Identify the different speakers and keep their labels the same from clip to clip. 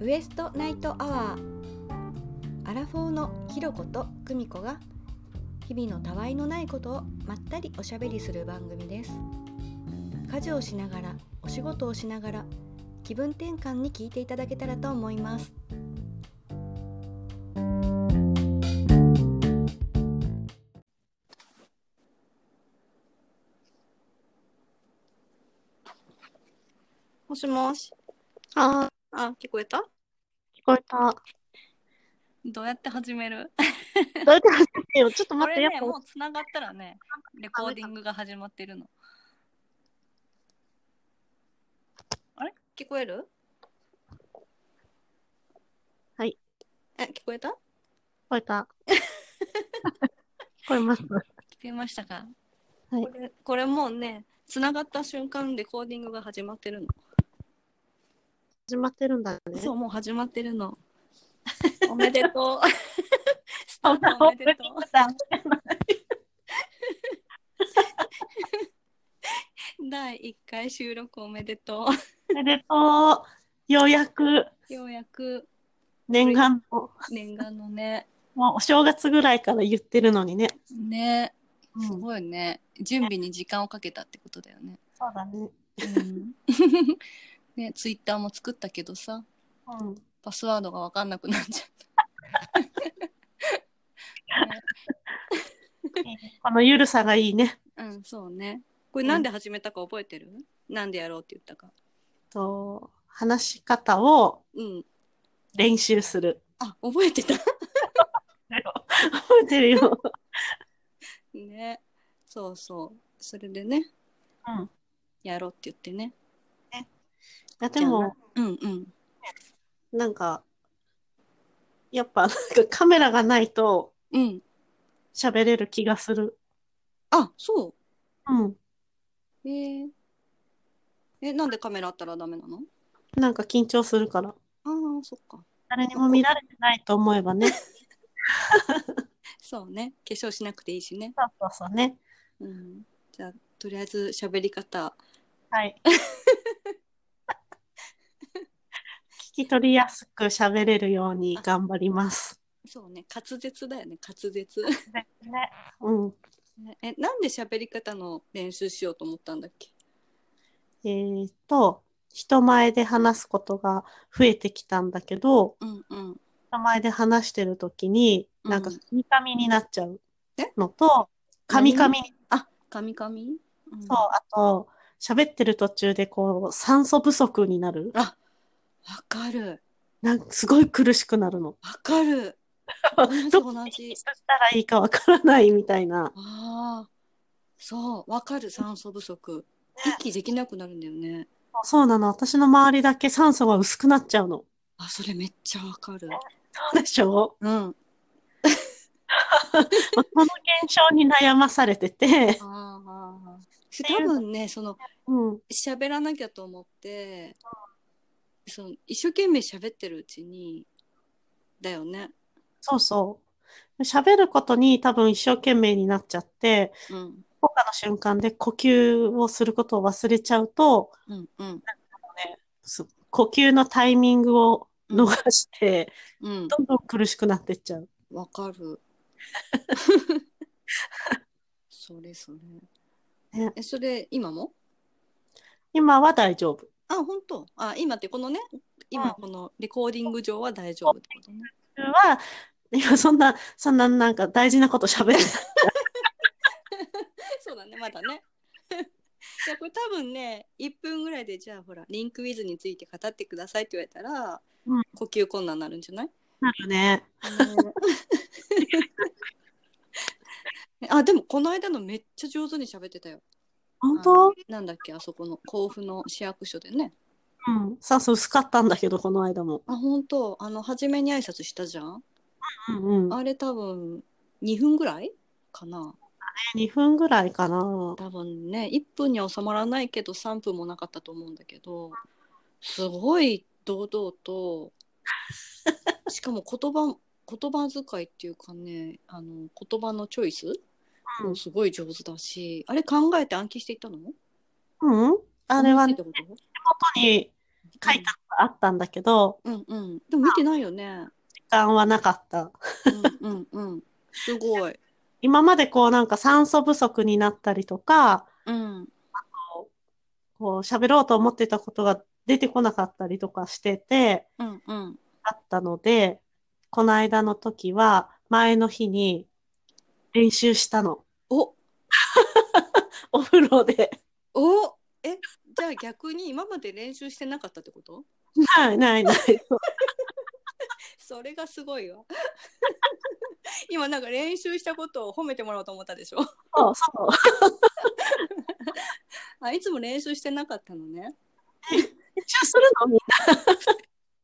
Speaker 1: ウエストナイトアワーアラフォーのひろことくみこが日々のたわいのないことをまったりおしゃべりする番組です家事をしながらお仕事をしながら気分転換に聞いていただけたらと思いますもしもし
Speaker 2: ああ、
Speaker 1: あ聞こえた
Speaker 2: 聞こえた。
Speaker 1: どうやって始める
Speaker 2: どうやって始めてよ。ちょっと
Speaker 1: こ
Speaker 2: 待っ
Speaker 1: れ
Speaker 2: て、やっ
Speaker 1: ね
Speaker 2: ぱ、
Speaker 1: もうつながったらねレコーディングが始まってるのあれ聞こえる
Speaker 2: はい
Speaker 1: え聞こえた聞
Speaker 2: 聞こえた。 聞こえます。
Speaker 1: こえましたか、
Speaker 2: はい
Speaker 1: これこれもうねつながった瞬間レコーディングが始まってるの
Speaker 2: 始まってるんだね。
Speaker 1: そうもう始まって るのおめでとうスタートおめでとう
Speaker 2: だ。
Speaker 1: 第1回収録おめでと
Speaker 2: おめでとう。ようやく、
Speaker 1: うようやく
Speaker 2: 念願の、
Speaker 1: 念願のね
Speaker 2: もうお正月ぐらいから言ってるのにね。
Speaker 1: ねす
Speaker 2: そう
Speaker 1: ごいね、準備に時間をかけたってことだよね。
Speaker 2: だね。
Speaker 1: ねツイッターも作ったけどさ
Speaker 2: うん。
Speaker 1: パスワードが分かんなくなっちゃ
Speaker 2: このゆるさがいいね。
Speaker 1: った。うんそうね。これなんで始めたか覚えてる、なんでやろうって言ったか。
Speaker 2: と、話し方を
Speaker 1: うん。
Speaker 2: 練習する。
Speaker 1: あ覚えてた。
Speaker 2: 覚えてるよ。
Speaker 1: ねそうそう。それでね
Speaker 2: うん。
Speaker 1: やろうって言ってね。
Speaker 2: いや、でも、
Speaker 1: うんうん。
Speaker 2: なんか、やっぱ、なんかカメラがないと
Speaker 1: うん。
Speaker 2: 喋れる気がする。
Speaker 1: あそ
Speaker 2: うん。
Speaker 1: う。えー、えなんでカメラあったらダメなの
Speaker 2: なんか緊張するから。
Speaker 1: ああそっか。
Speaker 2: 誰にも見られてないと思えば ね。
Speaker 1: そうね化粧しなくていいしね。
Speaker 2: そうそうそうね。
Speaker 1: うん、じゃあとりあえず喋り方
Speaker 2: はい。 聞き取りやすく喋れるように頑張ります。
Speaker 1: そうね滑舌だよね滑 舌
Speaker 2: ね。うん。
Speaker 1: えなんで喋り方の練習しようと思ったんだっけ
Speaker 2: えーっと、人前で話すことが増えてきたんだけど、
Speaker 1: うんうん
Speaker 2: 人前で話してるときに、なんか
Speaker 1: うん
Speaker 2: 噛み噛みになっちゃう
Speaker 1: え
Speaker 2: のと、噛み噛みに、
Speaker 1: あカミカミ、うん、
Speaker 2: そう、あと、喋ってる途中でこう、酸素不足になる。
Speaker 1: あわかる
Speaker 2: なんかすごい苦しくなるの。
Speaker 1: わかる同 じ
Speaker 2: どっ
Speaker 1: 同
Speaker 2: ち
Speaker 1: じ
Speaker 2: にしたらいいかわからないみたいな。
Speaker 1: ああそうわかる酸素不足息できなくなるんだよね
Speaker 2: そうなの。私の周りだけ酸素が薄くなっちゃうの。
Speaker 1: あそれめっちゃわか
Speaker 2: そ
Speaker 1: る
Speaker 2: うでしょ
Speaker 1: うん
Speaker 2: うこの現象に悩まされてて。
Speaker 1: ああ多分ねその
Speaker 2: うん。
Speaker 1: 喋らなきゃと思って、その一生懸命喋ってるうちにだよね。
Speaker 2: そうそう。喋ることに多分一生懸命になっちゃって、
Speaker 1: うん
Speaker 2: 効果の瞬間で呼吸をすることを忘れちゃうと、
Speaker 1: うんうん
Speaker 2: す呼吸のタイミングを逃して、
Speaker 1: うん
Speaker 2: どんどん苦しくなってっちゃう。
Speaker 1: わかる。 それそれ。
Speaker 2: ね
Speaker 1: えそれ今も？
Speaker 2: 今は大丈夫。
Speaker 1: あ本当。あ今ってこのね今
Speaker 2: う
Speaker 1: このレコーディング上は大丈夫ってことね。
Speaker 2: は、今そんな、そんななんか大事なこと喋れない。
Speaker 1: そうだねまだね。 いやこれ多分ね1分ぐらいでじゃあほらリンクウィズについて語ってくださいって言われたら、
Speaker 2: うん
Speaker 1: 呼吸困難になるんじゃない
Speaker 2: なるね。
Speaker 1: あでもこの間のめっちゃ上手に喋ってたよ。
Speaker 2: 本当
Speaker 1: あなんだっけあそこの甲府の市役所でね。
Speaker 2: うん。酸素薄かったんだけど、この間も。
Speaker 1: あ本当あの初めに挨拶したじゃん。
Speaker 2: うんうん。
Speaker 1: あれ多分2分ぐらいかな。
Speaker 2: 2分ぐらいかな。
Speaker 1: 多分ね1分には収まらないけど3分もなかったと思うんだけどすごい堂々 としかも言葉言葉遣いっていうかねあの言葉のチョイス
Speaker 2: うん
Speaker 1: もすごい上手だし、あれ考えて暗記していったの
Speaker 2: うん。あれは
Speaker 1: 思い
Speaker 2: ね、
Speaker 1: ついたこと
Speaker 2: 本当に書いたことあったんだけど、
Speaker 1: うんうん。でも見てないよね。
Speaker 2: 時間はなかった。
Speaker 1: うんうんうん。すごい。
Speaker 2: 今までこうなんか酸素不足になったりとか、
Speaker 1: うん。
Speaker 2: こう喋ろうと思ってたことが出てこなかったりとかしてて、
Speaker 1: うんうん。
Speaker 2: あったので、この間の時は前の日に練習したの。
Speaker 1: お
Speaker 2: お風呂で。
Speaker 1: おえじゃあ逆に今まで練習してなかったってこと
Speaker 2: ないないない。
Speaker 1: それがすごいわ。 今なんか練習したことを褒めてもらおうと思ったでし ょ
Speaker 2: そうそう。
Speaker 1: あいつも練習してなかったのね。
Speaker 2: 練習するのみん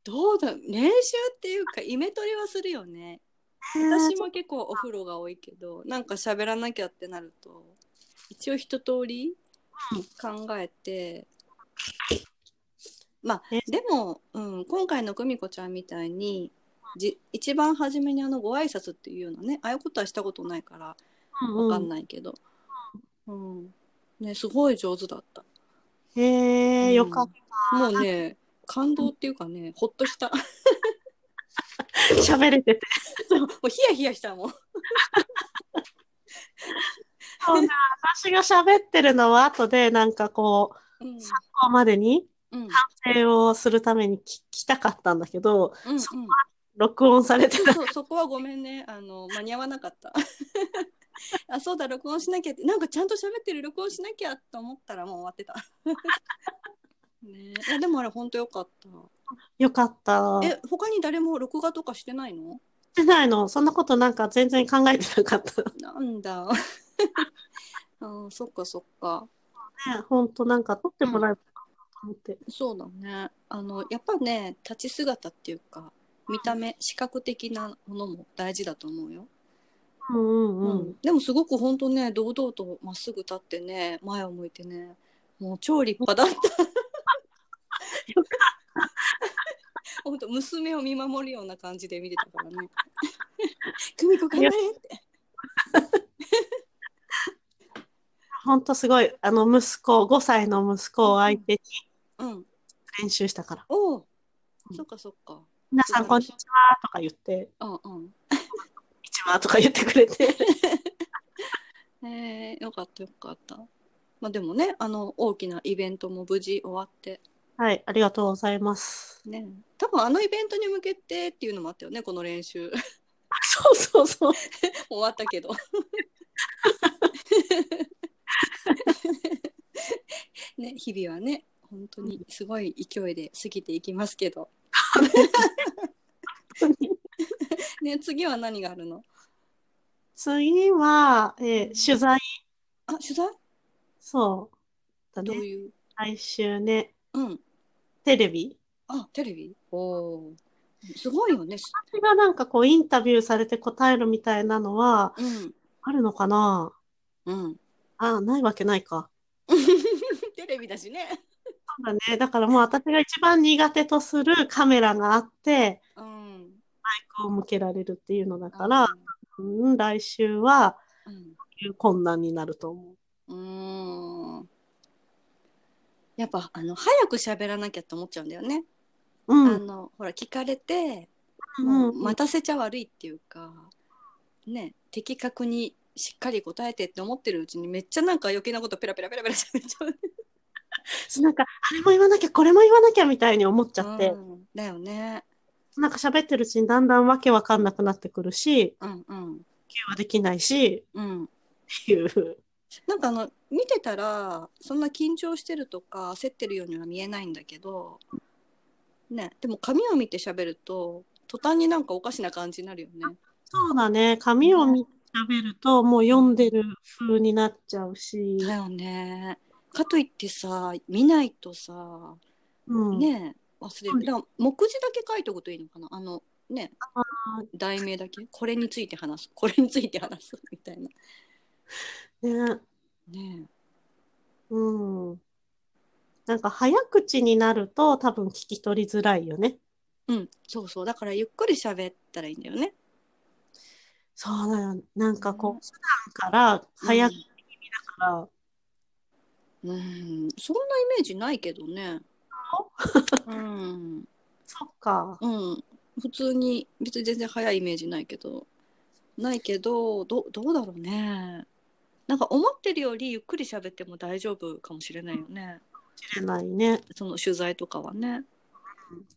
Speaker 1: どうだ練習っていうかイメトレはするよね。
Speaker 2: な。
Speaker 1: 私も結構お風呂が多いけどなんか喋らなきゃってなると一応一通り考えて、まあ
Speaker 2: ね
Speaker 1: でも、うん、今回の久美子ちゃんみたいにじ一番初めにあのご挨拶っていうのねああいうことはしたことないから
Speaker 2: うん
Speaker 1: 分
Speaker 2: う
Speaker 1: か
Speaker 2: ん
Speaker 1: んないけど、うんね、すごい上手だった。
Speaker 2: へえ、よかった。
Speaker 1: た。もうね感動っていうかねほっとした。
Speaker 2: 喋 れてて。
Speaker 1: そうもうヒヤヒヤしたもん。
Speaker 2: そうだ私が喋ってるのは後でなんかこう、
Speaker 1: うん
Speaker 2: 参考までに
Speaker 1: うん
Speaker 2: 反省をするために聞きたかったんだけど、
Speaker 1: うんうん
Speaker 2: 録音されて
Speaker 1: そうそこはごめんねあの間に合わなかった あそうだ録音しなきゃってなんかちゃんと喋ってる録音しなきゃと思ったらもう終わってたねえいやでもあれ本当よかった
Speaker 2: よかった。
Speaker 1: え他に誰も録画とかしてないの
Speaker 2: してないのそんなことなんか全然考えてなか った。
Speaker 1: なんだ あーそっかそっか
Speaker 2: ね、ほんとなんか撮ってもらえばよかったと思って。
Speaker 1: そうだねあのやっぱね立ち姿っていうか見た目視覚的なものも大事だと思うよ
Speaker 2: うんうんうん。
Speaker 1: でもすごく本当ね堂々とまっすぐ立ってね前を向いてねもう超立派だっ た
Speaker 2: よ
Speaker 1: 本当娘を見守るような感じで見てたからね「久美子頑張れ!」って
Speaker 2: ほんとすごい、あの息子、5歳の息子を相手に
Speaker 1: うん
Speaker 2: 練習したから。
Speaker 1: おう、
Speaker 2: うん
Speaker 1: そっかそっか
Speaker 2: 皆さんこんにちはとか言って、
Speaker 1: うんうん
Speaker 2: 一番とか言ってくれて。
Speaker 1: えー、よかったよかったまあでもねあの大きなイベントも無事終わって
Speaker 2: はい、ありがとうございます。
Speaker 1: ね多分あのイベントに向けてっていうのもあったよねこの練習
Speaker 2: そうそうそう。
Speaker 1: 終わったけど ね日々はね本当にすごい勢いで過ぎていきますけど ね次は何があるの
Speaker 2: 次は、えー取材、
Speaker 1: あ取材
Speaker 2: そう。だ
Speaker 1: どう
Speaker 2: ね。
Speaker 1: いう
Speaker 2: 来週ね、
Speaker 1: うん
Speaker 2: テレビ。
Speaker 1: あテレビおおーすごいよねす
Speaker 2: 私がなんかこうインタビューされて答えるみたいなのは
Speaker 1: うん
Speaker 2: あるのかな
Speaker 1: うん
Speaker 2: あ、ないわけないか。
Speaker 1: テレビだしね
Speaker 2: そうだね。だからもう私が一番苦手とするカメラがあって、
Speaker 1: うん
Speaker 2: こう向けられるっていうのだか
Speaker 1: あ
Speaker 2: ら、
Speaker 1: ー
Speaker 2: うん、来週は
Speaker 1: うん
Speaker 2: 困難になると思う。
Speaker 1: うーんやっぱあの早く喋らなきゃって思っちゃうんだよね。
Speaker 2: う
Speaker 1: あ
Speaker 2: ん。
Speaker 1: のほら聞かれて、
Speaker 2: う。
Speaker 1: もうん待たせちゃ悪いっていうか、ね的確にしっかり答えてって思ってるうちにめっちゃなんか余計なことペラペラペラペラ喋っちゃう。
Speaker 2: なんか、あれも言わなきゃ、これも言わなきゃみたいに思っちゃって
Speaker 1: う、んだよね。
Speaker 2: なんか喋ってるうちにだんだんわけわかんなくなってくるし、
Speaker 1: うんうん
Speaker 2: 急はできないし、
Speaker 1: うん。
Speaker 2: っていう。
Speaker 1: なんかあの見てたらそんな緊張してるとか焦ってるようには見えないんだけど、ねでも紙を見て喋ると途端になんかおかしな感じになるよね。
Speaker 2: そうだね。紙を見て喋ると、もう読んでる風になっちゃうし、
Speaker 1: だよね。かといってさ見ないとさ
Speaker 2: うん。
Speaker 1: ねえ忘れ
Speaker 2: うん
Speaker 1: る。だから目次だけ書いておくといいのかなあのね
Speaker 2: ー
Speaker 1: 題名だけこれについて話すこれについて話すみたいな。
Speaker 2: ね。
Speaker 1: ね
Speaker 2: うん。なんか早口になると多分聞き取りづらいよね。
Speaker 1: えうんそうそうだからゆっくり喋ったらいいんだよね。
Speaker 2: そうだよ。なんかこう、
Speaker 1: ね
Speaker 2: 普段から早く
Speaker 1: く、
Speaker 2: から、
Speaker 1: うん、そんなイメージないけどね。うん。
Speaker 2: そっか。
Speaker 1: うん。普通に、別に全然早いイメージないけど、ないけど、どどうだろうね。なんか思ってるよりゆっくり喋っても大丈夫かもしれないよね。
Speaker 2: 知れないね。
Speaker 1: その取材とかはね。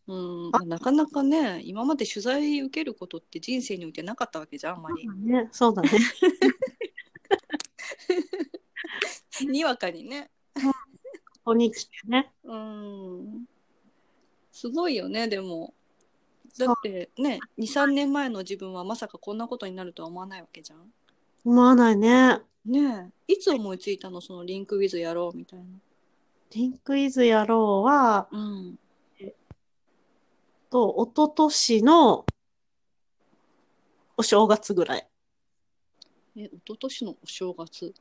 Speaker 1: うん、まあなかなかね今まで取材受けることって人生においてなかったわけじゃんあんまり
Speaker 2: ねそうだね。
Speaker 1: にわかにね
Speaker 2: ここに来てね。
Speaker 1: うんすごいよねでもだってね23年前の自分はまさかこんなことになるとは思わないわけじゃん
Speaker 2: 思わないね。
Speaker 1: ねえいつ思いついたのそのリンクウィズやろうみたいな
Speaker 2: リンクイズやろうは、
Speaker 1: うん
Speaker 2: と、一昨年のお正月ぐらい。
Speaker 1: え一昨年のお正月、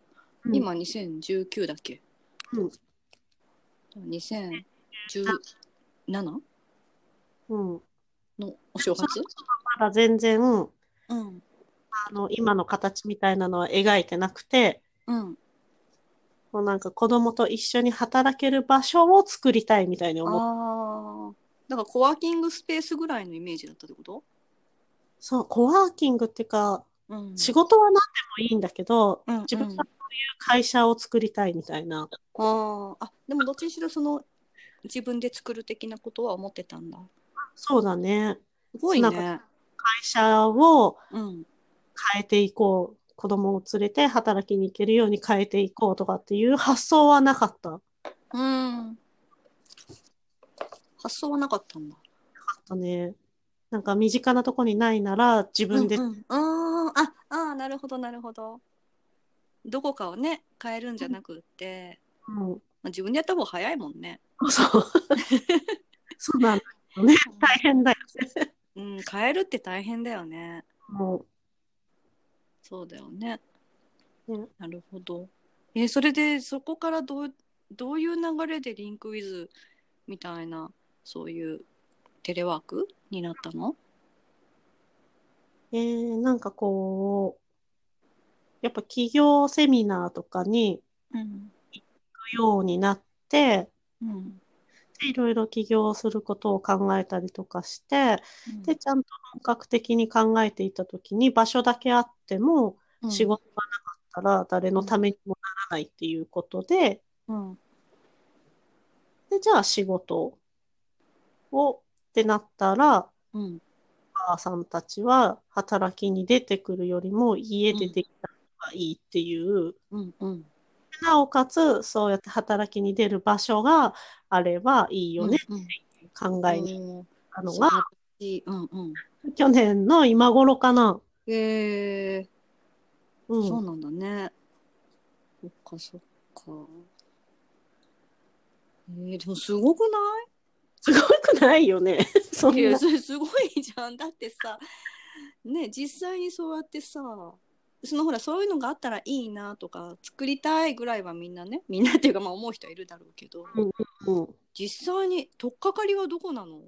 Speaker 2: うん
Speaker 1: 今2019だっけ
Speaker 2: うん
Speaker 1: 2017?
Speaker 2: うん。
Speaker 1: のお正月
Speaker 2: まだ全然、あ
Speaker 1: うん
Speaker 2: の、今の形みたいなのは描いてなくて、
Speaker 1: うん
Speaker 2: もうなんか子供と一緒に働ける場所を作りたいみたいに
Speaker 1: あ
Speaker 2: 思う。
Speaker 1: ーだからコワーキングスペースぐらいのイメージだったってこと、
Speaker 2: そう、コワーキングっていうか、
Speaker 1: うん
Speaker 2: 仕事は何でもいいんだけど、
Speaker 1: うんうん
Speaker 2: 自分がそういう会社を作りたいみたいな。
Speaker 1: あーあでもどっちにしろその自分で作る的なことは思ってたんだ
Speaker 2: そうだね。
Speaker 1: すごい
Speaker 2: な
Speaker 1: ね
Speaker 2: んか会社を
Speaker 1: うん
Speaker 2: 変えていこう。子供を連れて働きに行けるように変えていこうとかっていう発想はなかった。なか
Speaker 1: うん発想はなかったんだ
Speaker 2: ったね。なんか身近なとこにないなら自分で、
Speaker 1: うんうん、あーああーなるほどなるほどどこかをね変えるんじゃなくって、
Speaker 2: うん
Speaker 1: まあ、自分でやった方が早いもんね、
Speaker 2: そう。 そうなんだよね。大変だよね。
Speaker 1: うん、変えるって大変だよね
Speaker 2: も
Speaker 1: そうだよね
Speaker 2: ね
Speaker 1: なるほどえーそれでそこからどうどういう流れでリンクウィズみたいなそういうテレワークになったの
Speaker 2: う、えー、なんかこう、やっぱ企業セミナーとかに
Speaker 1: うん
Speaker 2: 行くようになって、
Speaker 1: うん
Speaker 2: でいろいろ起業することを考えたりとかして、で、ちゃんと本格的に考えていたときに、場所だけあっても、
Speaker 1: うん
Speaker 2: 仕事がなかったら誰のためにもならないっていうことで、
Speaker 1: うん
Speaker 2: で、じゃあ仕事をってなったら、
Speaker 1: うん
Speaker 2: お母さんたちは働きに出てくるよりも家でできた方がいいっていう、
Speaker 1: うんうん
Speaker 2: なおかつそうやって働きに出る場所があればいいよね、
Speaker 1: うんうん
Speaker 2: 考えに
Speaker 1: うん
Speaker 2: あのが、
Speaker 1: うんうん
Speaker 2: 去年の今頃かな。
Speaker 1: へえ
Speaker 2: う。
Speaker 1: そうんなんだねそっかそっかえー、でもすごくない
Speaker 2: すごくないよね。 そん
Speaker 1: いや
Speaker 2: な。
Speaker 1: それすごいじゃんだってさね実際にそうやってさそのほらそういうのがあったらいいなとか作りたいぐらいはみんなねみんなっていうかまあ思う人はいるだろうけど
Speaker 2: うん
Speaker 1: 実際に取っかかりはどこなの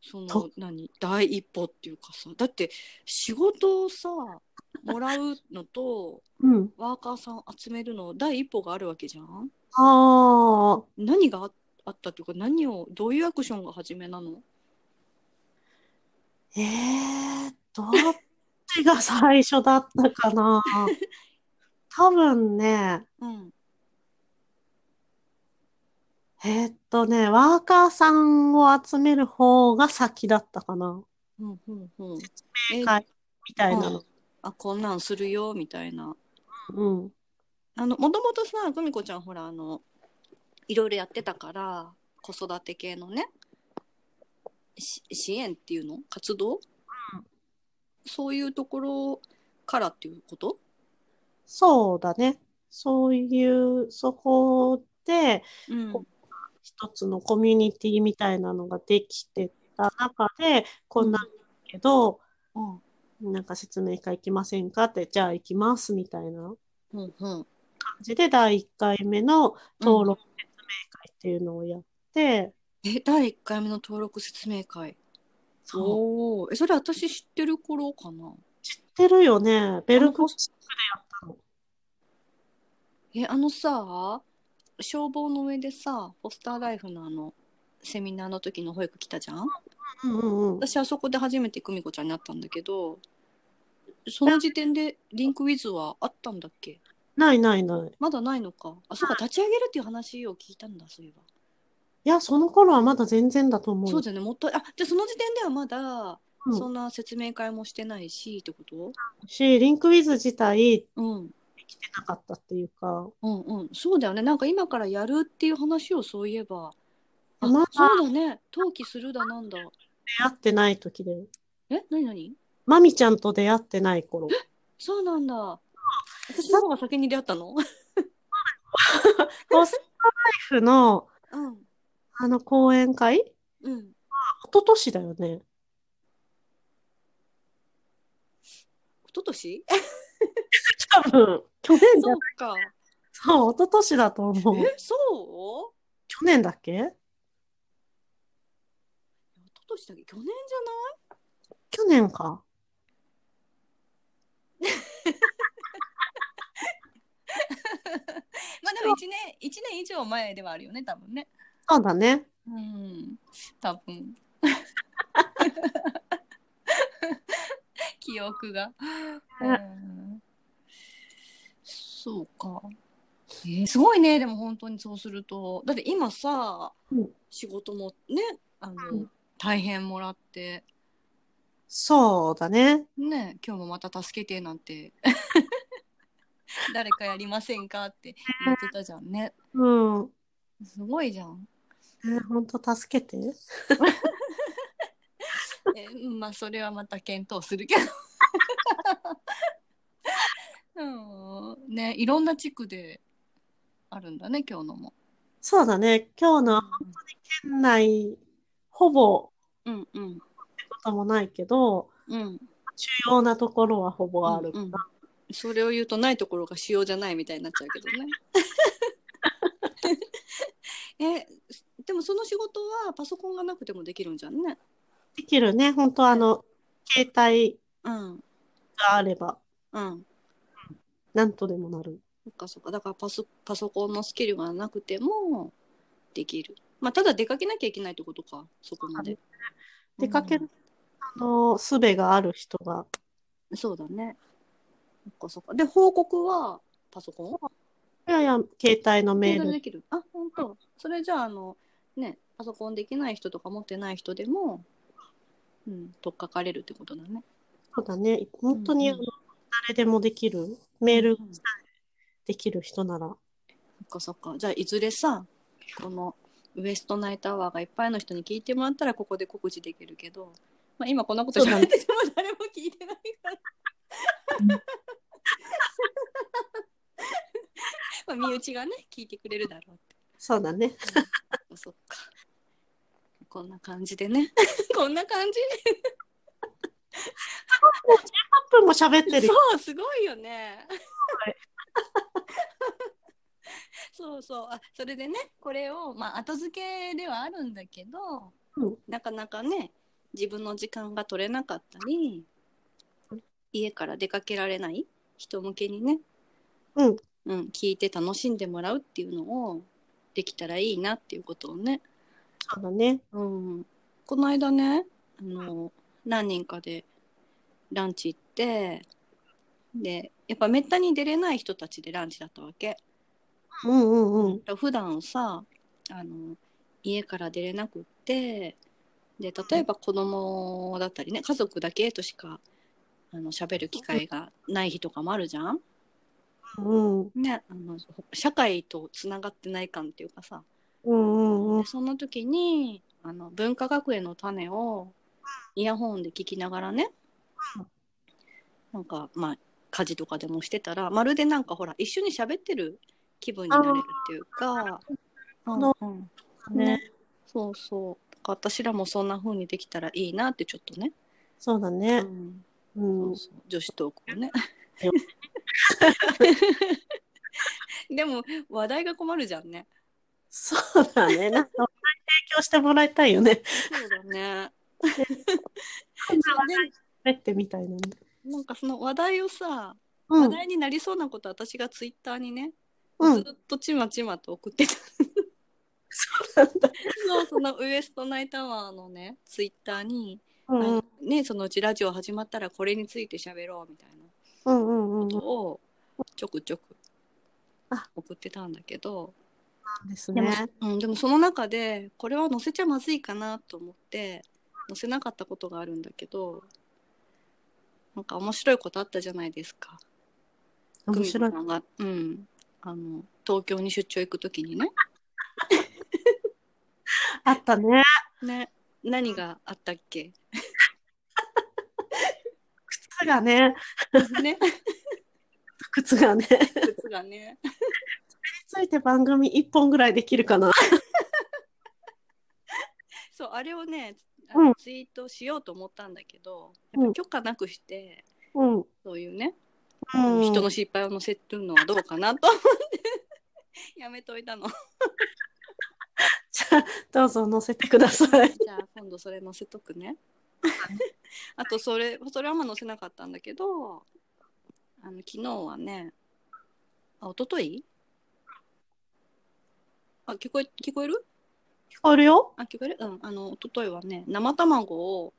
Speaker 1: その
Speaker 2: と
Speaker 1: 何第一歩っていうかさだって仕事をさもらうのと
Speaker 2: うん。
Speaker 1: ワーカーさん集めるの第一歩があるわけじゃん
Speaker 2: ああ、
Speaker 1: 何がああったっていうか何をどういうアクションが初めなの
Speaker 2: ええー、どっちが最初だったか な。多分ね、
Speaker 1: うん
Speaker 2: えーっとね、ワーカーさんを集める方が先だったかな。
Speaker 1: うんうんうんえ
Speaker 2: はい。みたいなの。
Speaker 1: あこんなんするよみたいな
Speaker 2: うん。
Speaker 1: あのもともとさ久美子ちゃんほらあのいろいろやってたから子育て系のねし支援っていうの活動、そういうところからっていうこと
Speaker 2: そうだね。そういう、そこで、
Speaker 1: うん
Speaker 2: 一つのコミュニティみたいなのができてた中で、こんなんだけど、
Speaker 1: うん
Speaker 2: なんか説明会行きませんかって、じゃあ行きますみたいな
Speaker 1: うんうん
Speaker 2: 感じで、第1回目の登録説明会っていうのをやって、
Speaker 1: え第1回目の登録説明会
Speaker 2: そう。
Speaker 1: おーえそれ私知ってる頃かな
Speaker 2: 知ってるよね。ベルク
Speaker 1: あのえあのさ消防の上でさポスターライフのあのセミナーの時の保育来たじゃん
Speaker 2: うんうんうん。
Speaker 1: 私あそこで初めて久美子ちゃんに会ったんだけどその時点でリンクウィズはあったんだっけ
Speaker 2: ないないない。
Speaker 1: まだないのかあそうか立ち上げるっていう話を聞いたんだそういえば
Speaker 2: いや、その頃はまだ全然だと思う。
Speaker 1: そうだよねもったいあじゃあその時点ではまだ
Speaker 2: うん
Speaker 1: そんな説明会もしてないしってこと、
Speaker 2: し、リンクウィズ自体
Speaker 1: うん、
Speaker 2: できてなかったっていうか、
Speaker 1: うんうんそうだよねなんか今からやるっていう話をそういえばあ
Speaker 2: まあ
Speaker 1: そうだね登記するだなんだ
Speaker 2: 出会ってない時で。
Speaker 1: え何何
Speaker 2: マミちゃんと出会ってない頃。
Speaker 1: そうなんだ私の方が先に出会ったの
Speaker 2: ゴスターライフの
Speaker 1: うん
Speaker 2: あの講演会一
Speaker 1: うん
Speaker 2: 昨年だよね。
Speaker 1: 一昨年
Speaker 2: 多分、去年だ
Speaker 1: そ。うか
Speaker 2: そう、一昨年だと思う。
Speaker 1: えそう
Speaker 2: 去年だっけ
Speaker 1: 一昨年だっけ去年じゃない
Speaker 2: 去年か。
Speaker 1: まあでも1年一年以上前ではあるよね多分ね
Speaker 2: そうだね。
Speaker 1: うん多分 記憶が、うんそうか、えーすごいねでも本当にそうするとだって今さ、
Speaker 2: うん
Speaker 1: 仕事もねあの、
Speaker 2: うん
Speaker 1: 大変もらって
Speaker 2: そうだね。
Speaker 1: ね今日もまた助けてなん て誰かやりませんかって言ってたじゃんね
Speaker 2: うん。
Speaker 1: すごいじゃん
Speaker 2: えー、本当助けて。
Speaker 1: えーまあそれはまた検討するけど うんねいろんな地区であるんだね今日のも、
Speaker 2: そうだね。今日の県内、ほぼ、
Speaker 1: うん、うん
Speaker 2: こともないけど、
Speaker 1: うんうん
Speaker 2: 主要なところはほぼある。
Speaker 1: うんうんそれを言うとないところが主要じゃないみたいになっちゃうけどね えでもその仕事はパソコンがなくてもできるんじゃんね
Speaker 2: できるね。本当あの、携帯
Speaker 1: うん
Speaker 2: があれば、
Speaker 1: うん
Speaker 2: なんとでもなる。
Speaker 1: そっかそっかだからパソパソコンのスキルがなくてもできるまあただ出かけなきゃいけないってことかそこまで
Speaker 2: 出かける、あの、術がある人が、
Speaker 1: そうだね。そっかそっか。で、報告はパソコン
Speaker 2: いやいや、携帯のメー
Speaker 1: メール
Speaker 2: ル
Speaker 1: で。きる。あ、本当。それじゃあ、あの、ね、パソコンできない人とか持ってない人でも、うん、取っかかれるってことだね。
Speaker 2: そうだね。本当に、
Speaker 1: うんうん
Speaker 2: あの誰でもできる。メール
Speaker 1: うんそ
Speaker 2: できる人なら。
Speaker 1: っかそっか。じゃあ、いずれさ、このウエストナイトアワーがいっぱいの人に聞いてもらったら、ここで告知できるけど、まあ、今こんなこと
Speaker 2: そうだ
Speaker 1: 喋っ
Speaker 2: ね
Speaker 1: てても誰も聞いてないから。 まあ、身内がね、聞いてくれるだろうって。
Speaker 2: そうだね。
Speaker 1: そっか。こんな感じでね。 こんな感じ。
Speaker 2: 8分も喋ってる。
Speaker 1: そう、すごいよね。 そうそう、あ、それでね、これを、まあ、後付けではあるんだけど。
Speaker 2: うん
Speaker 1: なかなかね、自分の時間が取れなかったり。家から出かけられない人向けにね。
Speaker 2: うん。
Speaker 1: うん、聞いて楽しんでもらうっていうのを。できたらいいなっていうことをね。
Speaker 2: そうだね。
Speaker 1: うん、この間ねあの何人かでランチ行ってでやっぱめったに出れない人たちでランチだったわけ。
Speaker 2: うんうんうん。
Speaker 1: だから普段さあの家から出れなくってで例えば子供だったりね家族だけとしかあの喋る機会がない日とかもあるじゃん。
Speaker 2: うん
Speaker 1: ね、あの社会とつながってない感っていうかさ
Speaker 2: うんうん
Speaker 1: でその時にあの文化学園の種をイヤホンで聞きながらね
Speaker 2: うん
Speaker 1: なんかまあ家事とかでもしてたらまるでなんかほら一緒に喋ってる気分になれるっていうか、うん
Speaker 2: ほ
Speaker 1: うん
Speaker 2: うん。ね。
Speaker 1: そうそうだから私らもそんな風にできたらいいなってちょっとね、
Speaker 2: そうだ
Speaker 1: う
Speaker 2: ね。
Speaker 1: ん、
Speaker 2: うん。
Speaker 1: そうそう女子トークをね でも話題が困るじゃんね
Speaker 2: そうだね。なんか、提供してもらいたいよね。
Speaker 1: そうだ ね
Speaker 2: こんな話ってみたいなね。
Speaker 1: なんかその話題をさ
Speaker 2: う
Speaker 1: 話
Speaker 2: ん。
Speaker 1: 題になりそうなこと私がツイッターにね
Speaker 2: うん
Speaker 1: ずっとちまちまと送ってた そうそのウエストナイタワーのねツイッターに、
Speaker 2: うん
Speaker 1: あ
Speaker 2: う
Speaker 1: の
Speaker 2: ん
Speaker 1: ねそのうちラジオ始まったらこれについて喋ろうみたいな
Speaker 2: うんうん
Speaker 1: ことをちょくちょく
Speaker 2: あ
Speaker 1: 送ってたんだけど、
Speaker 2: です
Speaker 1: でも
Speaker 2: ね。
Speaker 1: うん、でもその中でこれは載せちゃまずいかなと思って載せなかったことがあるんだけどなんか面白いことあったじゃないですか。
Speaker 2: 面白い
Speaker 1: 久美子。さんが、うん、あの東京に出張行く時にね
Speaker 2: あったね。
Speaker 1: ね何があったっ け
Speaker 2: 靴がね、
Speaker 1: ね
Speaker 2: 靴がね、
Speaker 1: 靴がね
Speaker 2: ついて番組一本ぐらいできるかな。
Speaker 1: そうあれをねあの
Speaker 2: うん
Speaker 1: ツイートしようと思ったんだけどやっぱ許可なくして、
Speaker 2: うん。うん
Speaker 1: そういうね、人の失敗を載せるのはどうかなと思って やめといたの。
Speaker 2: じゃあどうぞ載せてください。
Speaker 1: じゃあ今度それ載せとくね。あとそれそれはあんま載せなかったんだけどあの昨日はねあ一昨日あ聞こえ聞こえる
Speaker 2: 聞こえるよ。
Speaker 1: あ聞こえるうんあの一昨日はね生卵を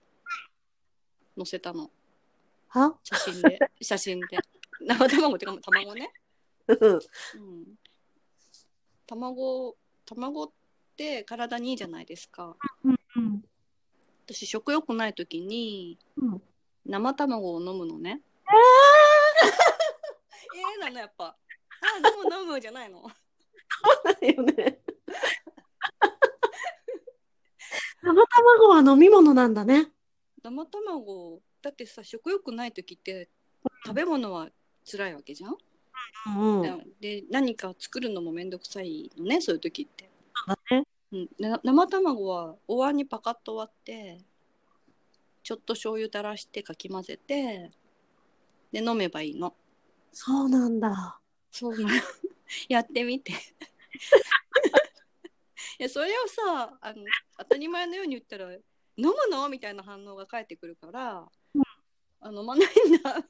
Speaker 1: 載せたの
Speaker 2: は
Speaker 1: 写真で写真で生卵っていうか卵ね、
Speaker 2: うん
Speaker 1: うん、卵卵って体にいいじゃないですか
Speaker 2: うん
Speaker 1: 私食欲ない時に
Speaker 2: うん。
Speaker 1: 生卵を飲むのね。 えー、なのやっぱ。あ、でも飲むじゃないの。
Speaker 2: ないよね。生卵は飲み物なんだね。
Speaker 1: 生卵だってさ食欲ない時って食べ物は辛いわけじゃん、
Speaker 2: うんうん。
Speaker 1: で何か作るのもめんどくさいのねそういう時って、
Speaker 2: だね。
Speaker 1: うん、でな生卵はお椀にパカッと割ってちょっと醤油垂らしてかき混ぜてで飲めばいいの
Speaker 2: そうなんだ。
Speaker 1: そうなのやってみて いやそれをさあの当たり前のように言ったら「飲むの?」みたいな反応が返ってくるから
Speaker 2: うん
Speaker 1: 「あ飲まないんだ」み たい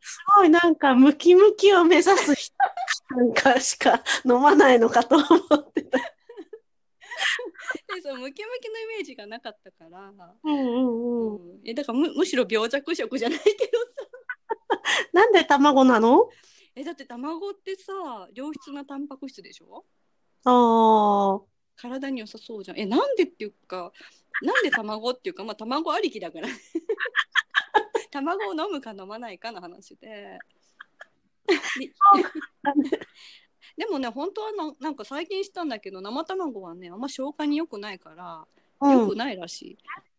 Speaker 2: すごいなんかムキムキを目指す人なんかしか飲まないのかと思ってた。
Speaker 1: なでそのムキムキのイメージがなかったから、
Speaker 2: うんうんうん。
Speaker 1: うんえだからむむしろ病弱食じゃない けどさ
Speaker 2: なんで卵なの？
Speaker 1: えだって卵ってさ良質なタンパク質でしょ
Speaker 2: ああ。
Speaker 1: 体に良さそうじゃんえなんでっていうかなんで卵っていうかまあ卵ありきだから 卵を飲むか飲まないかの話でで でもね本当はななんか最近したんだけど生卵はねあんま消化に良くないから、
Speaker 2: う
Speaker 1: 良く
Speaker 2: ん。
Speaker 1: ないらしい、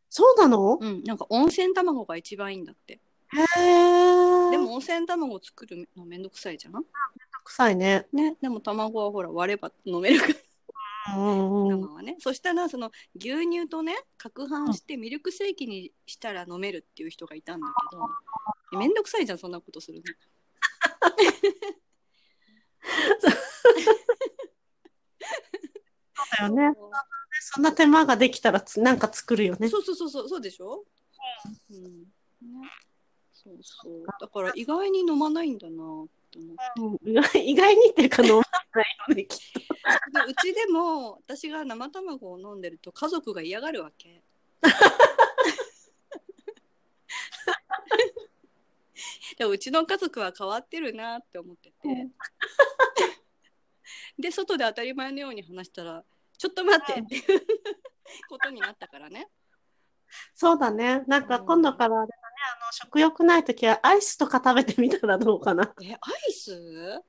Speaker 2: そうなの？
Speaker 1: うん、なんか温泉卵が一番いいんだって
Speaker 2: へえ。
Speaker 1: でも温泉卵を作るのめんどくさいじゃん
Speaker 2: 臭いね。
Speaker 1: ねでも卵はほら割れば飲めるから
Speaker 2: うんうんうん。
Speaker 1: 生はね、そしたらその牛乳とね攪拌してミルクセーキにしたら飲めるっていう人がいたんだけどえめんどくさいじゃんそんなことするの。
Speaker 2: だよね。そんな手間ができたらつなんか作るよね。
Speaker 1: そうそうそうそうそうでしょ、うんね、そうそうだから意外に飲まないんだなって思って
Speaker 2: うん意 外意外にっていうか飲まないよね。きっと
Speaker 1: でうちでも私が生卵を飲んでると家族が嫌がるわけ。でもうちの家族は変わってるなって思ってて、
Speaker 2: うん
Speaker 1: で外で当たり前のように話したら「ちょっと待って」っていうことになったからね
Speaker 2: そうだね。なんか今度からあれだね。あの食欲ないときはアイスとか食べてみたらどうかな。
Speaker 1: えアイス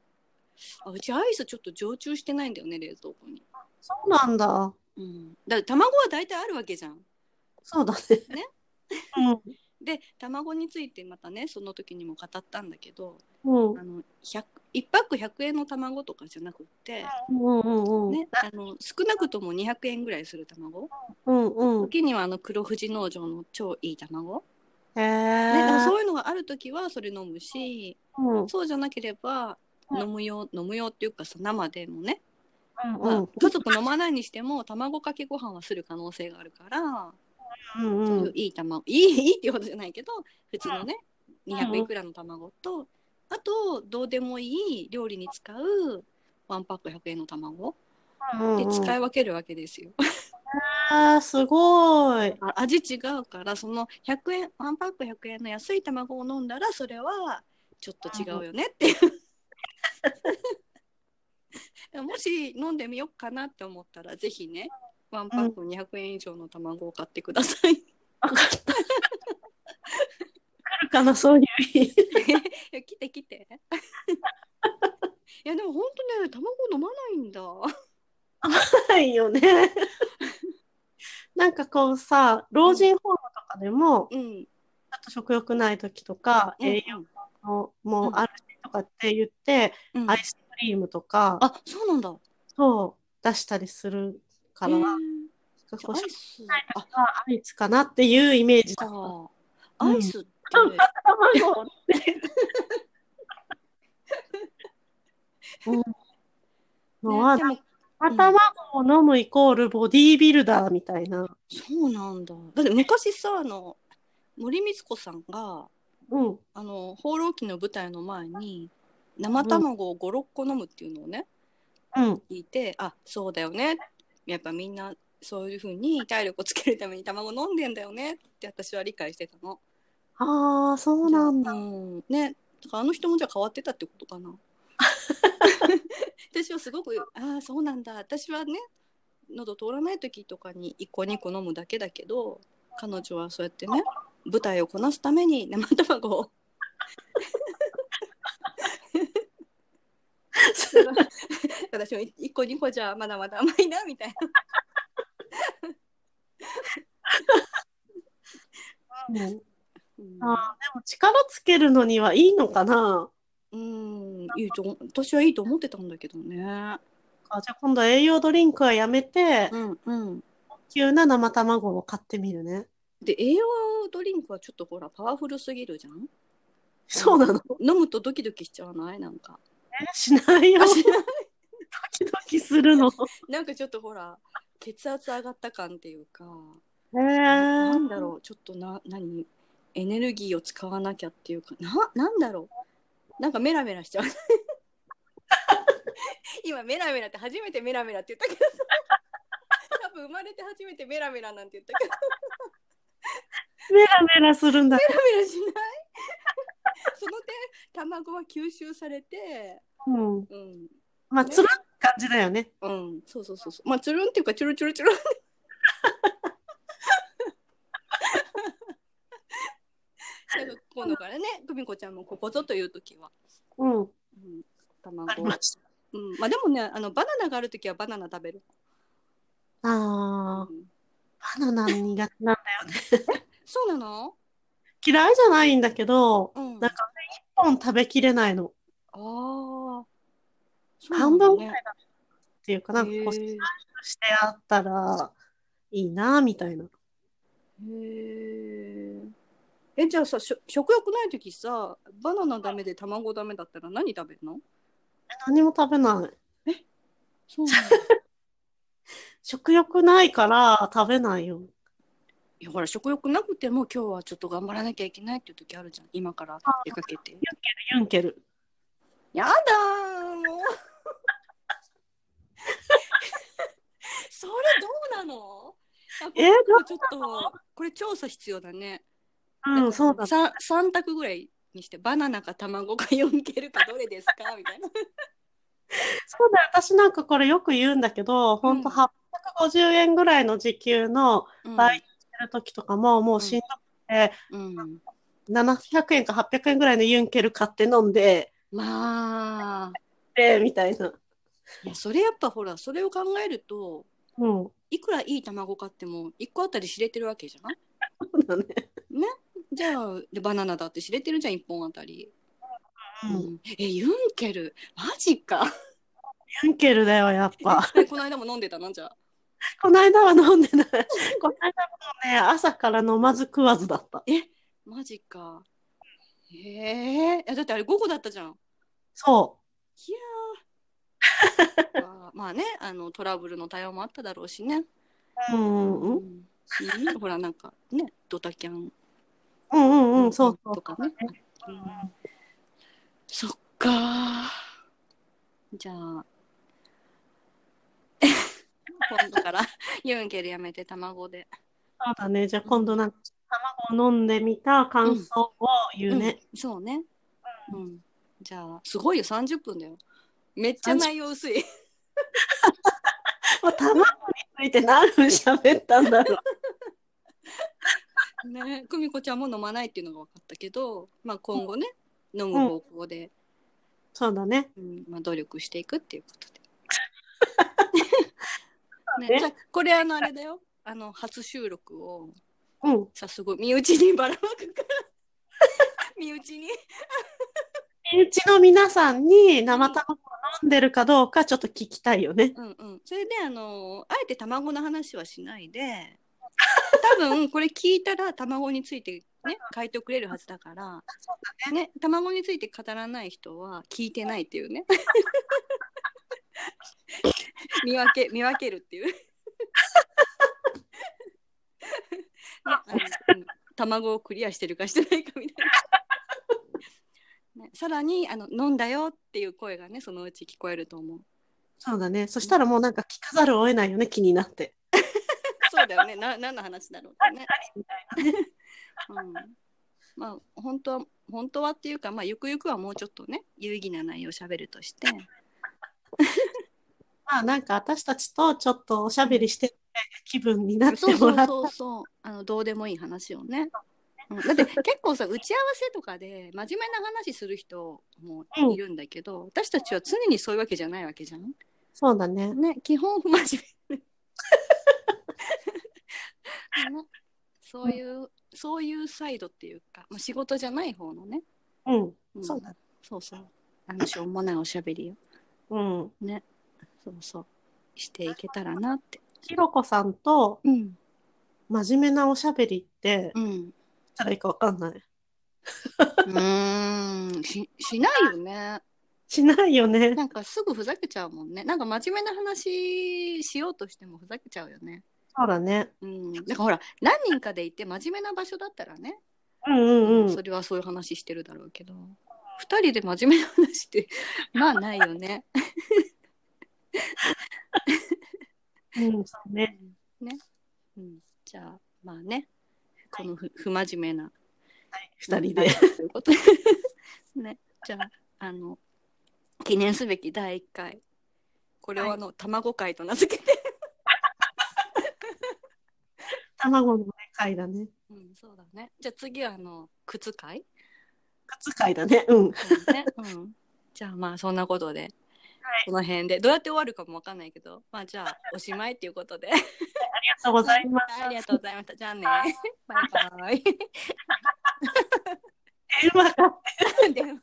Speaker 1: あうちアイスちょっと常駐してないんだよね冷蔵庫に、
Speaker 2: そうなんだ。
Speaker 1: うん、だから卵は大体あるわけじゃん
Speaker 2: そうだね。
Speaker 1: ねで卵についてまたねその時にも語ったんだけど
Speaker 2: うん。うん。
Speaker 1: あの100 1パック100円の卵とかじゃなくって、
Speaker 2: うんうんうん。
Speaker 1: ね、あの少なくとも200円ぐらいする卵
Speaker 2: うんうん。
Speaker 1: 時にはあの黒富士農場の超いい卵、
Speaker 2: へ
Speaker 1: ね、でも
Speaker 2: え。
Speaker 1: そういうのがある時はそれ飲むし
Speaker 2: うん
Speaker 1: そうじゃなければ
Speaker 2: うん
Speaker 1: 飲むよ飲むよっていうかさ生でもね、
Speaker 2: う
Speaker 1: まあ
Speaker 2: ん
Speaker 1: 家族飲まないにしても卵かけご飯はする可能性があるから、
Speaker 2: うん
Speaker 1: そ
Speaker 2: う。
Speaker 1: う いうんいい卵いいいいっていうことじゃないけど普通のね
Speaker 2: ん
Speaker 1: 200いくらの卵とあとどうでもいい料理に使うワンパック100円の卵
Speaker 2: うん
Speaker 1: で
Speaker 2: うん
Speaker 1: 使い分けるわけですよ。
Speaker 2: あーすごい。
Speaker 1: あ味違うからその100円ワンパック100円の安い卵を飲んだらそれはちょっと違うよねっていう もし飲んでみようかなって思ったらぜひねワンパック200円以上の卵を買ってくださいい
Speaker 2: わかった。来るかな、そういう日。
Speaker 1: や来て来ていやでも本当ね卵飲まないんだ
Speaker 2: ないよね。なんかこうさ、老人ホームとかでも、
Speaker 1: うん
Speaker 2: ちょっと食欲ない時とか、
Speaker 1: うん
Speaker 2: 栄養ももうあるしとかって言って、
Speaker 1: うん
Speaker 2: アイスクリームとか、
Speaker 1: あそうなんだ
Speaker 2: そう、出したりするから、
Speaker 1: へー
Speaker 2: こう
Speaker 1: じゃあアイ
Speaker 2: 食
Speaker 1: スあ
Speaker 2: がアイスかなっていうイメージだった。
Speaker 1: かアイスって、
Speaker 2: 卵って。うん。
Speaker 1: ね
Speaker 2: まあ
Speaker 1: でも
Speaker 2: 頭を飲むイコールボディービルダーみたいな。
Speaker 1: そうなんだ。だって昔さあの森光子さんが
Speaker 2: うん。
Speaker 1: あの放浪記の舞台の前に生卵を56個飲むっていうのをね
Speaker 2: うん。
Speaker 1: 聞いて、あそうだよねやっぱみんなそういうふうに体力をつけるために卵飲んでんだよねって私は理解してたの。
Speaker 2: ああ、そうなんだ。
Speaker 1: うんねだからあの人もじゃあ変わってたってことか な。私はすごくああそうなんだ私はね喉通らない時とかに1個2個飲むだけだけど彼女はそうやってね舞台をこなすために生卵 を私も1個2個じゃまだまだ甘いなみたいな
Speaker 2: うん、
Speaker 1: うん
Speaker 2: あーでも力つけるのにはいいのかな
Speaker 1: うんいいと思私はいいと思ってたんだけどね
Speaker 2: あじゃあ今度栄養ドリンクはやめて、
Speaker 1: うんうん
Speaker 2: 急な生卵を買ってみるね。
Speaker 1: で栄養ドリンクはちょっとほらパワフルすぎるじゃん
Speaker 2: そうなの、
Speaker 1: 飲むとドキドキしちゃわないなんか
Speaker 2: しないよ。
Speaker 1: あ
Speaker 2: ド
Speaker 1: しない
Speaker 2: キドキするの。
Speaker 1: なんかちょっとほら血圧上がった感っていうか、
Speaker 2: へえ
Speaker 1: なんだろうちょっとな何エネルギーを使わなきゃっていうかななんだろうなんかメラメラしちゃう 今メラメラって初めてメラメラって言ったけどさ多分生まれて初めてメラメラなんて言ったけど
Speaker 2: メラメラするんだ。
Speaker 1: メラメラしない その点卵は吸収されて
Speaker 2: うん。
Speaker 1: うん
Speaker 2: まあ、つるん感じだよね。
Speaker 1: うん、そうそうそうそう。まあ、つるんっていうか、ちゅるちゅるちゅ るん。なんか今度からね、久美子ちゃんもここぞという時は、
Speaker 2: うん。
Speaker 1: うん、
Speaker 2: あり
Speaker 1: 卵を
Speaker 2: ま。した。
Speaker 1: うん、まあでもね、あのバナナがある時はバナナ食べる。
Speaker 2: あ
Speaker 1: うん
Speaker 2: あ、バナナ苦手なんだよね。
Speaker 1: そうなの？
Speaker 2: 嫌いじゃないんだけど、
Speaker 1: うん。
Speaker 2: な
Speaker 1: あ
Speaker 2: んかね、一本食べきれないの。
Speaker 1: あー。そうな
Speaker 2: 半
Speaker 1: んだ
Speaker 2: 分ぐ
Speaker 1: ね
Speaker 2: らいだっていうかなんかこう
Speaker 1: へえ
Speaker 2: してあったらいいなみたいな。
Speaker 1: へえ。えじゃあさしょ食欲ない時さバナナダメで卵ダメだったら何食べるの？
Speaker 2: 何も食べない。
Speaker 1: そうなんだ。
Speaker 2: 食欲ないから食べないよ。
Speaker 1: いやほら食欲なくても今日はちょっと頑張らなきゃいけないっていう時あるじゃん今から出かけて
Speaker 2: ユンケル。
Speaker 1: やだーもう それどうなのあ
Speaker 2: えー
Speaker 1: これちょっとこれ調査必要だね
Speaker 2: うん、そうだ。
Speaker 1: 3, 三択ぐらいにしてバナナか卵か4けるかどれですかみた いな
Speaker 2: そうだよ。私なんかこれよく言うんだけど、ほんと
Speaker 1: うん
Speaker 2: 850円ぐらいの時給のバイトしてる時とかも、もうしんどくて、
Speaker 1: うん、うん、
Speaker 2: 700円か800円ぐらいのユンケル買って飲んで、
Speaker 1: まあ
Speaker 2: で、みたいな。
Speaker 1: いやそれやっぱほらそれを考えると
Speaker 2: うん。
Speaker 1: いくらいい卵買っても1個あたり知れてるわけじゃん
Speaker 2: そうだね。
Speaker 1: じゃあでバナナだって知れてるじゃん1本あたり、
Speaker 2: う。
Speaker 1: うんんえユンケルマ ジか
Speaker 2: ユンケルだよ、やっぱ。
Speaker 1: この間も飲んでたのじゃあ
Speaker 2: この間は飲んでない。この間もうね、朝から飲まず食わずだった。
Speaker 1: マジかへえいやだってあれ午後だったじゃん
Speaker 2: そ
Speaker 1: いやーまあまあねあのトラブルの対応もあっただろうしね、
Speaker 2: う。うんうん
Speaker 1: う。んいいほらなんかねドタキャン
Speaker 2: うんうんうん、そうそう。
Speaker 1: とかね、うんそっかーじゃあ 今度からユンケルやめて卵で
Speaker 2: そうだね。じゃあ今度なんか、卵を飲んでみた感想を言うね。
Speaker 1: うん、そうね、うん、じゃあすごいよ30分だよめっちゃ内容薄い
Speaker 2: もう卵について何分喋ったんだろう。
Speaker 1: ね久美子ちゃんも飲まないっていうのが分かったけど、まあ、今後ね、飲む方向で、
Speaker 2: そうだね。
Speaker 1: うんまあ、努力していくっていうこと
Speaker 2: ね
Speaker 1: でねじゃあこれあのあれだよあの初収録を
Speaker 2: うん。
Speaker 1: さすごい身内にばらまく から身内に
Speaker 2: 身内の皆さんに生卵を飲んでるかどうかちょっと聞きたいよね。
Speaker 1: うんうん、それであのあえて卵の話はしない で多分これ聞いたら卵についてね書いてくれるはずだからね卵について語らない人は聞いてないっていう ね見分け見分けるって いう、ねあのうん卵をクリアしてるかしてないかみたい な、ね、さらにあの「飲んだよ」っていう声がねそのうち聞こえると思う。
Speaker 2: そうだね。そしたらもうなんか聞かざるを得ないよね、気になって。
Speaker 1: そうだよね。な何の話だろうってね。うん、まあ本当は本当はっていうか、まあゆくゆくはもうちょっとね有意義な内容を喋るとして、
Speaker 2: まあなんか私たちとちょっとおしゃべりしてる気分になって
Speaker 1: そう
Speaker 2: も
Speaker 1: そ
Speaker 2: ら
Speaker 1: う
Speaker 2: っ
Speaker 1: そうそうあのどうでもいい話をね。うんだって結構さ打ち合わせとかで真面目な話する人もいるんだけど、私たちは常にそういうわけじゃないわけじゃん。
Speaker 2: そうだね。
Speaker 1: ね、基本不真面目。ねそういう、そういうサイドっていうか、まあ、仕事じゃない方のね。
Speaker 2: うん。
Speaker 1: うん
Speaker 2: そうだね。
Speaker 1: そうそう。あの、しょうもないおしゃべりを、
Speaker 2: うん。
Speaker 1: そうそう、していけたらなって。
Speaker 2: ひろこさんと
Speaker 1: うん。
Speaker 2: 真面目なおしゃべりって、どう
Speaker 1: うん。
Speaker 2: したらいいかわかんない。
Speaker 1: うん。し、しないよね。
Speaker 2: しないよね。
Speaker 1: なんかすぐふざけちゃうもんね。なんか真面目な話しようとしてもふざけちゃうよね。
Speaker 2: そうだね。
Speaker 1: うん。なんかほら、何人かでいて真面目な場所だったらね、
Speaker 2: うんうんうん
Speaker 1: そ。れはそういう話してるだろうけど、二人で真面目な話って、 まあないよね。
Speaker 2: うん、そうね。
Speaker 1: ね。うん。じゃあ、まあね、このふ不真面目な
Speaker 2: 二人で。
Speaker 1: ということで ね、じゃあ、あの、記念すべき第1回。これをあの、卵会と名付けて。
Speaker 2: 卵のね会だ ね。
Speaker 1: うん、そうだね。じゃあ次はあの、靴会、
Speaker 2: 靴会だね。うん。
Speaker 1: そうね うん。じゃあまあそんなことで、この辺で、どうやって終わるかもわかんないけど、まあじゃあおしまいっていうことで。
Speaker 2: ありがとうございます。
Speaker 1: ありがとうございました。じゃあね。 バイバイ。
Speaker 2: 電話が
Speaker 1: 電話